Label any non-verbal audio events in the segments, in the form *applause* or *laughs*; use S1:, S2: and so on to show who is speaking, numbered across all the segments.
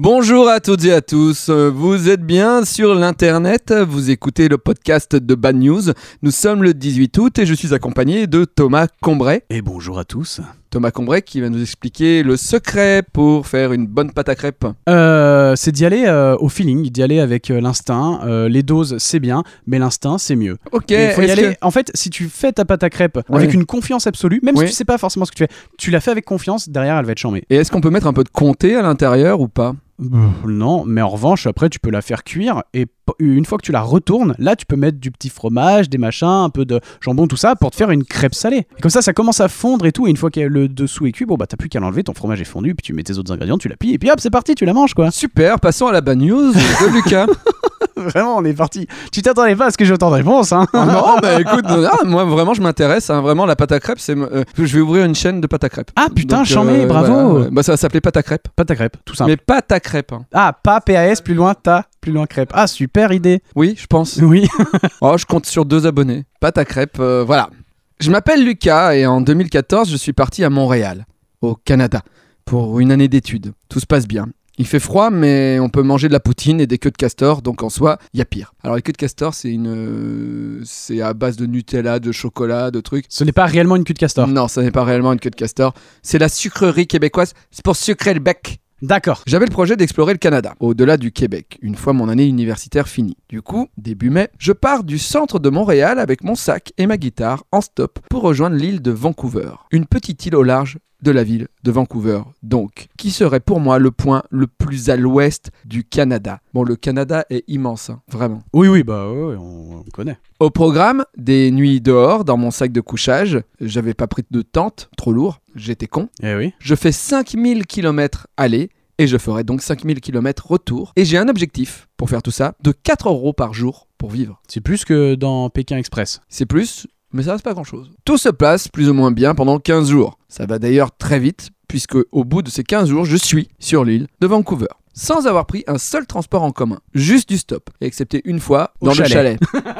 S1: Bonjour à toutes et à tous, vous êtes bien sur l'internet, vous écoutez le podcast de Bad News, nous sommes le 18 août et je suis accompagné de Thomas Combray.
S2: Et bonjour à tous.
S1: Thomas Combray qui va nous expliquer le secret pour faire une bonne pâte à crêpes.
S2: Euh, c'est d'y aller euh, au feeling, d'y aller avec euh, l'instinct. Euh, les doses, c'est bien, mais l'instinct, c'est mieux.
S1: Ok,
S2: Mais faut y
S1: est-ce
S2: aller.
S1: que-
S2: En fait, si tu fais ta pâte à crêpes
S1: Ouais.
S2: avec une confiance absolue, même
S1: Ouais.
S2: si tu sais pas forcément ce que tu fais, tu la fais avec confiance, derrière, elle va être chambée.
S1: Et est-ce qu'on peut mettre un peu de comté à l'intérieur ou pas Mmh.
S2: Non, mais en revanche, après, tu peux la faire cuire et p- une fois que tu la retournes, là, tu peux mettre du petit fromage, des machins, un peu de jambon, tout ça, pour te faire une crêpe salée. Et comme ça, ça commence à fondre et tout. Et une fois que le dessous est cuit, bon, bah, t'as plus qu'à l'enlever, ton fromage est fondu, puis tu mets tes autres ingrédients, tu la plies, et puis hop, c'est parti, tu la manges, quoi.
S1: Super, passons à la bad news de
S2: *laughs*
S1: Lucas.
S2: Vraiment, on est parti. Tu t'attendais pas à ce que j'ai autant de réponses, hein
S1: Ah non, bah écoute, ah, moi vraiment je m'intéresse, hein, vraiment la pâte à crêpes, c'est, m- euh, je vais ouvrir une chaîne de pâte à crêpes.
S2: Ah, putain, chambé, bravo.
S1: ouais. Bah ça va s'appeler pâte à crêpes.
S2: Pas ta crêpe, tout simple.
S1: Mais pâte à crêpes. hein.
S2: Ah, pas PAS, plus loin, ta, plus loin crêpe. Ah, super idée.
S1: Oui, je pense.
S2: *laughs* Oui.
S1: Oh, je compte sur deux abonnés. Pâte à crêpes, euh, voilà. Je m'appelle Lucas et en 2014, je suis parti à Montréal, au Canada, pour une année d'études. Tout se passe bien. Il fait froid, mais on peut manger de la poutine et des queues de castor, donc en soi, il y a pire. Alors, les queues de castor, c'est une. euh, C'est à base de Nutella, de chocolat, de trucs.
S2: Ce n'est pas réellement une queue de castor.
S1: Non, ça n'est pas réellement une queue de castor. C'est la sucrerie québécoise. C'est pour sucrer le bec.
S2: D'accord.
S1: J'avais le projet d'explorer le Canada, au-delà du Québec, une fois mon année universitaire finie. Du coup, début mai, je pars du centre de Montréal avec mon sac et ma guitare en stop pour rejoindre l'île de Vancouver, une petite île au large de la ville de Vancouver, donc, qui serait pour moi le point le plus à l'ouest du Canada. Bon, le Canada est immense, hein, vraiment.
S2: Oui, oui, bah, ouais, ouais, on, on connaît.
S1: Au programme, des nuits dehors dans mon sac de couchage, j'avais pas pris de tente, trop lourd, j'étais con.
S2: Eh oui.
S1: Je fais 5000 km aller et je ferai donc 5000 km retour. Et j'ai un objectif pour faire tout ça de 4 euros par jour pour vivre.
S2: C'est plus que dans Pékin Express.
S1: C'est plus, mais ça reste pas grand chose. Tout se passe plus ou moins bien pendant 15 jours. Ça va d'ailleurs très vite, puisque au bout de ces 15 jours, je suis sur l'île de Vancouver. Sans avoir pris un seul transport en commun, juste du stop, excepté une fois
S2: Au
S1: dans le
S2: chalet.
S1: chalet. *laughs*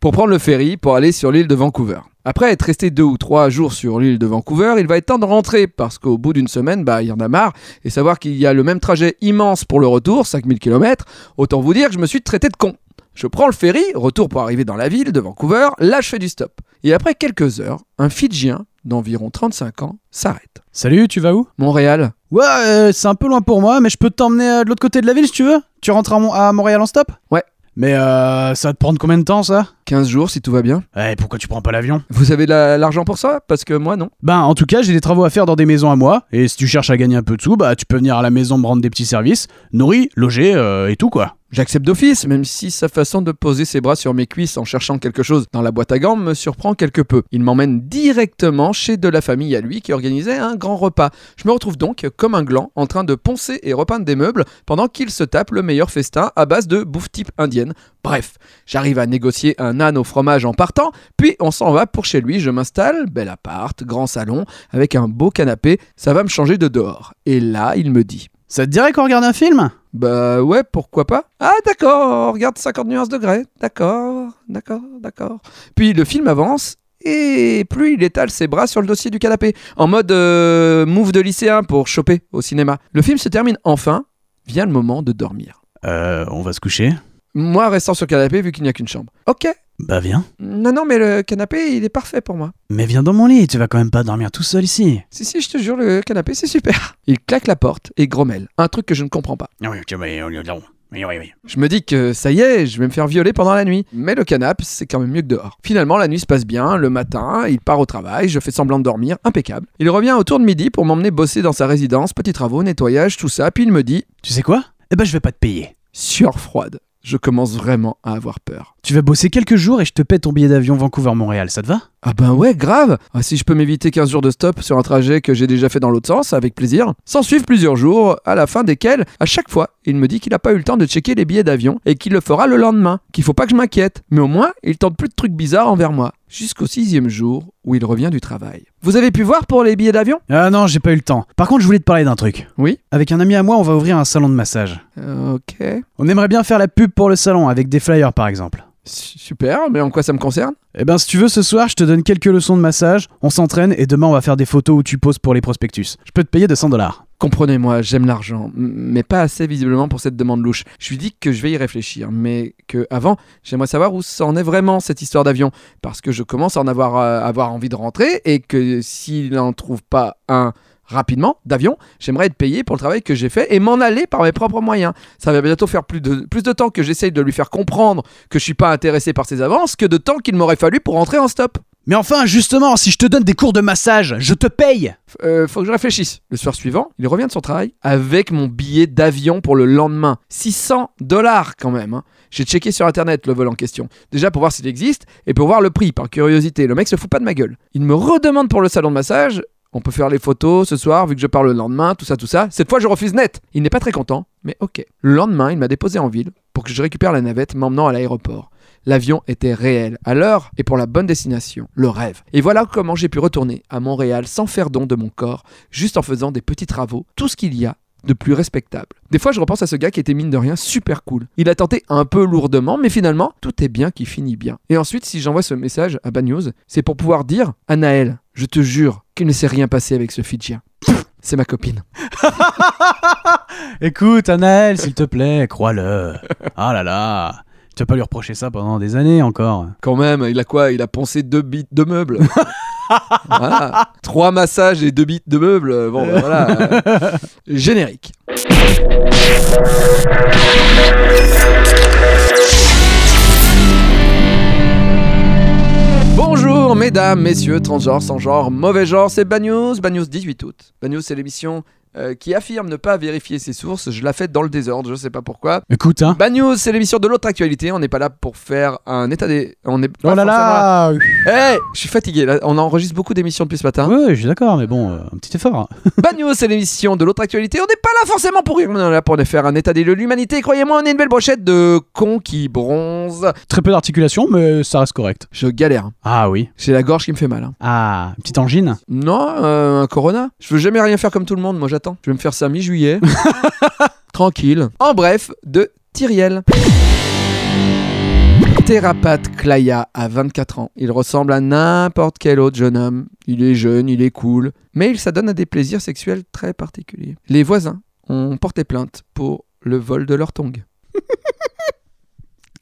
S1: pour prendre le ferry pour aller sur l'île de Vancouver. Après être resté deux ou trois jours sur l'île de Vancouver, il va être temps de rentrer parce qu'au bout d'une semaine, bah, il y en a marre. Et savoir qu'il y a le même trajet immense pour le retour, 5000 km, autant vous dire que je me suis traité de con. Je prends le ferry, retour pour arriver dans la ville de Vancouver, là je fais du stop. Et après quelques heures, un Fidjien d'environ 35 ans s'arrête.
S2: Salut, tu vas où
S1: Montréal
S2: Ouais, euh, c'est un peu loin pour moi, mais je peux t'emmener euh, de l'autre côté de la ville si tu veux. Tu rentres à, Mon- à Montréal en stop
S1: Ouais.
S2: Mais euh, ça va te prendre combien de temps ça
S1: 15 jours si tout va bien.
S2: Eh, pourquoi tu prends pas l'avion
S1: Vous avez de la- l'argent pour ça Parce que moi non.
S2: Ben, en tout cas, j'ai des travaux à faire dans des maisons à moi, et si tu cherches à gagner un peu de sous, bah tu peux venir à la maison me rendre des petits services, nourrir, loger euh, et tout quoi.
S1: J'accepte d'office, même si sa façon de poser ses bras sur mes cuisses en cherchant quelque chose dans la boîte à gants me surprend quelque peu. Il m'emmène directement chez de la famille à lui qui organisait un grand repas. Je me retrouve donc comme un gland en train de poncer et repeindre des meubles pendant qu'il se tape le meilleur festin à base de bouffe type indienne. Bref, j'arrive à négocier un âne au fromage en partant, puis on s'en va pour chez lui, je m'installe, bel appart, grand salon, avec un beau canapé, ça va me changer de dehors. Et là, il me dit...
S2: Ça te dirait qu'on regarde un film
S1: Bah ouais, pourquoi pas Ah d'accord, on regarde 50 nuances degrés. D'accord, d'accord, d'accord. Puis le film avance et plus il étale ses bras sur le dossier du canapé, en mode euh, move de lycéen pour choper au cinéma. Le film se termine enfin, vient le moment de dormir.
S2: Euh, on va se coucher.
S1: Moi restant sur le canapé vu qu'il n'y a qu'une chambre. Ok,
S2: Bah viens.
S1: non non mais le canapé il est parfait pour moi.
S2: Mais viens dans mon lit, tu vas quand même pas dormir tout seul ici.
S1: Si si je te jure le canapé c'est super. Il claque la porte et grommelle, un truc que je ne comprends pas.
S2: Ah oui, ok, bah, on y va. Oui, oui, oui.
S1: Je me dis que ça y est, je vais me faire violer pendant la nuit. Mais le canapé, c'est quand même mieux que dehors. Finalement, la nuit se passe bien. Le matin, il part au travail. Je fais semblant de dormir. Impeccable. Il revient autour de midi pour m'emmener bosser dans sa résidence. Petits travaux, nettoyage, tout ça. Puis il me dit
S2: Tu sais quoi Eh ben je vais pas te payer.
S1: Sueur froide. Je commence vraiment à avoir peur.
S2: Tu vas bosser quelques jours et je te paie ton billet d'avion Vancouver-Montréal, ça te va
S1: Ah ben ouais, grave Ah, Si je peux m'éviter 15 jours de stop sur un trajet que j'ai déjà fait dans l'autre sens, avec plaisir. S'en suivent plusieurs jours, à la fin desquels, à chaque fois, il me dit qu'il n'a pas eu le temps de checker les billets d'avion et qu'il le fera le lendemain, qu'il faut pas que je m'inquiète. Mais au moins, il tente plus de trucs bizarres envers moi. Jusqu'au sixième jour, où il revient du travail. Vous avez pu voir pour les billets d'avion
S2: Ah non, j'ai pas eu le temps. Par contre, je voulais te parler d'un truc.
S1: Oui.
S2: Avec un ami à moi, on va ouvrir un salon de massage.
S1: Euh, Ok.
S2: On aimerait bien faire la pub pour le salon avec des flyers par exemple.
S1: Super, mais en quoi ça me concerne
S2: Eh ben, si tu veux, ce soir, je te donne quelques leçons de massage, on s'entraîne et demain, on va faire des photos où tu poses pour les prospectus. Je peux te payer 200 dollars.
S1: Comprenez-moi, j'aime l'argent, m- mais pas assez visiblement pour cette demande louche. Je lui dis que je vais y réfléchir, mais que avant, j'aimerais savoir où ça en est vraiment cette histoire d'avion, parce que je commence à en avoir, euh, avoir envie de rentrer et que s'il n'en trouve pas un rapidement d'avion, j'aimerais être payé pour le travail que j'ai fait et m'en aller par mes propres moyens. Ça va bientôt faire plus de, plus de temps que j'essaye de lui faire comprendre que je suis pas intéressé par ses avances que de temps qu'il m'aurait fallu pour rentrer en stop.
S2: Mais enfin, justement, si je te donne des cours de massage, je te paye
S1: Euh, faut que je réfléchisse. Le soir suivant, il revient de son travail avec mon billet d'avion pour le lendemain. 600 dollars quand même. hein. J'ai checké sur internet le vol en question. Déjà pour voir s'il existe et pour voir le prix, par curiosité. Le mec se fout pas de ma gueule. Il me redemande pour le salon de massage. On peut faire les photos ce soir vu que je pars le lendemain, tout ça, tout ça. Cette fois, je refuse net. Il n'est pas très content, mais ok. Le lendemain, il m'a déposé en ville pour que je récupère la navette m'emmenant à l'aéroport. L'avion était réel, à l'heure et pour la bonne destination, le rêve. Et voilà comment j'ai pu retourner à Montréal sans faire don de mon corps, juste en faisant des petits travaux, tout ce qu'il y a de plus respectable. Des fois, je repense à ce gars qui était mine de rien super cool. Il a tenté un peu lourdement, mais finalement, tout est bien qui finit bien. Et ensuite, si j'envoie ce message à Bagnoz, c'est pour pouvoir dire à Naël, je te jure qu'il ne s'est rien passé avec ce Fidjien. Pff, C'est ma copine.
S2: Écoute, Anaël, s'il te plaît,
S1: *laughs*
S2: crois-le. Ah là là Tu vas pas lui reprocher ça pendant des années encore.
S1: Quand même, il a quoi Il a poncé deux bits de meubles. Voilà. Trois massages et deux bits de meubles. Bon, bah, voilà. Générique. Bonjour mesdames, messieurs, transgenres, sans genre, mauvais genre, c'est Bad News, Bad News 18 août. Bad News c'est l'émission euh, qui affirme ne pas vérifier ses sources, je la fais dans le désordre, je sais pas pourquoi.
S2: Écoute, hein.
S1: Bad News, c'est l'émission de l'autre actualité. On n'est pas là pour faire un état des. On n'est pas
S2: Oh là là
S1: forcément là- Hey, je suis fatigué. Là, on enregistre beaucoup d'émissions depuis ce
S2: *laughs*
S1: matin.
S2: Ouais, Ah je suis d'accord, mais bon, euh, un petit effort.
S1: Bad News, c'est l'émission de l'autre actualité. On n'est pas là forcément pour rire. On est là pour faire un état des lieux de l'humanité. Et Croyez-moi, on est une belle brochette de cons qui bronzent.
S2: Très peu d'articulation, mais ça reste correct.
S1: Je galère.
S2: Ah oui.
S1: J'ai la gorge qui me fait mal. hein.
S2: Ah, une petite angine
S1: Non, euh, un Corona. Je veux jamais rien faire comme tout le monde. Moi, j'attends. Je vais me faire ça mi-juillet. Tranquille. En bref, de Tyriel. Thérapeute Claya a 24 ans. Il ressemble à n'importe quel autre jeune homme. Il est jeune, il est cool, mais il s'adonne à des plaisirs sexuels très particuliers. Les voisins ont porté plainte pour le vol de leur tongue.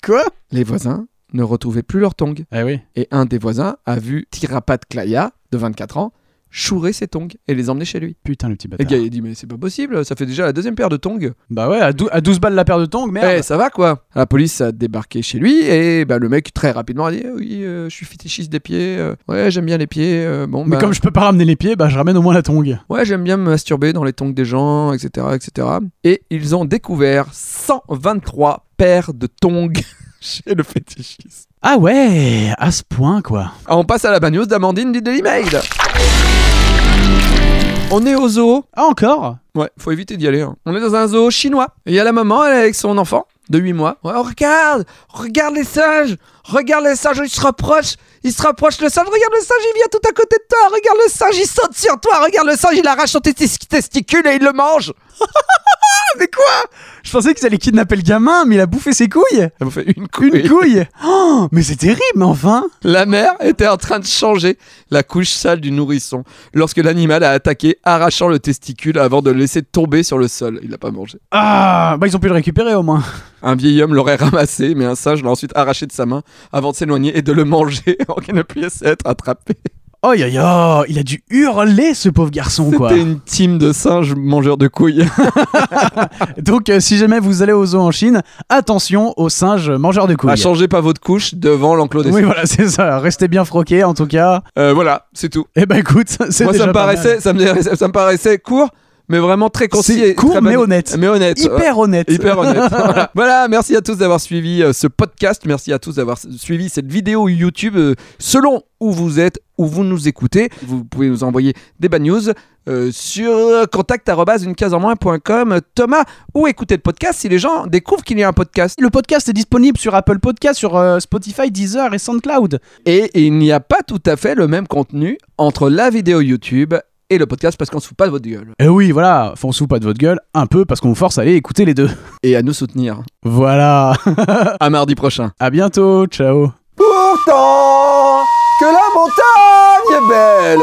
S2: Quoi
S1: Les voisins ne retrouvaient plus leur tongue
S2: Eh oui.
S1: et un des voisins a vu Tirapat Claya, de 24 ans, chourer ses tongs et les emmener chez lui.
S2: Putain, le petit
S1: Et le gars
S2: bâtard.
S1: il a dit mais c'est pas possible, ça fait déjà la deuxième paire de tongs.
S2: Bah ouais, à, dou- à 12 balles la paire de tongs,
S1: Eh
S2: merde.
S1: ça va quoi La police a débarqué chez lui et bah, le mec très rapidement a dit Eh oui euh, je suis fétichiste des pieds, euh, ouais j'aime bien les pieds, euh, bon
S2: Mais
S1: bah,
S2: comme je peux pas ramener les pieds, bah je ramène au moins la tongue.
S1: ouais j'aime bien me masturber dans les tongs des gens, etc. etc. Et ils ont découvert 123 paires de tongs *laughs* chez le fétichiste.
S2: Ah ouais, à ce point quoi.
S1: Ah, on passe à la bagnose d'Amandine du Daily Mail. On est au zoo.
S2: Ah encore
S1: Ouais, faut éviter d'y aller. hein. On est dans un zoo chinois. Et il y a la maman, elle est avec son enfant de 8 mois. Ouais, oh, regarde Regarde les singes Regarde les singes, ils se rapprochent Ils se rapprochent, le singe, regarde le singe, il vient tout à côté de toi Regarde le singe, il saute sur toi Regarde le singe, il arrache son testis- testicule et il le mange
S2: Mais quoi Je pensais qu'ils allaient kidnapper le gamin, mais il a bouffé ses couilles
S1: Elle me fait une
S2: Une couille Oh, mais c'est terrible, mais enfin
S1: La mère était en train de changer la couche sale du nourrisson lorsque l'animal a attaqué, arrachant le testicule avant de le laisser tomber sur le sol. Il l'a pas mangé.
S2: Ah, bah ils ont pu le récupérer au moins.
S1: Un vieil homme l'aurait ramassé, mais un singe l'a ensuite arraché de sa main avant de s'éloigner et de le manger *laughs* avant qu'il ne puisse être attrapé.
S2: Oh yo yo, il a dû hurler ce pauvre garçon quoi.
S1: C'était une team de singes mangeurs de couilles.
S2: Donc euh, si jamais vous allez au zoo en Chine, attention aux singes mangeurs de couilles.
S1: Ah, changez pas votre couche devant l'enclos des
S2: oui voilà, *laughs* c'est ça, restez bien froqués en tout cas.
S1: Euh, Voilà, c'est tout.
S2: Eh ben écoute, *laughs* c'est
S1: Moi,
S2: déjà
S1: ça me,
S2: pas mal.
S1: paraissait, ça, me, ça me paraissait court, mais vraiment très concis.
S2: C'est
S1: et
S2: court,
S1: très
S2: mais
S1: ban-
S2: honnête.
S1: Mais honnête. ouais.
S2: Hyper honnête.
S1: euh, Hyper honnête. voilà. *laughs* Voilà, merci à tous d'avoir suivi euh, ce podcast. Merci à tous d'avoir s- suivi cette vidéo YouTube. euh, selon où vous êtes, où vous nous écoutez, vous pouvez nous envoyer des bad news euh, sur euh, contact arobase une case en moins.com. Thomas, où écouter le podcast si les gens découvrent qu'il y a un podcast
S2: *laughs* Le podcast est disponible sur Apple Podcast, sur euh, Spotify, Deezer et SoundCloud.
S1: Et il n'y a pas tout à fait le même contenu entre la vidéo YouTube et le podcast parce qu'on se fout pas de votre gueule.
S2: Et Eh oui, voilà, foncez-vous pas de votre gueule, un peu, parce qu'on vous force à aller écouter les deux.
S1: Et à nous soutenir.
S2: Voilà. *laughs*
S1: À mardi prochain.
S2: à bientôt, ciao.
S1: Pourtant que la montagne est belle,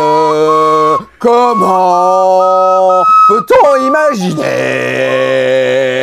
S1: comment peut-on imaginer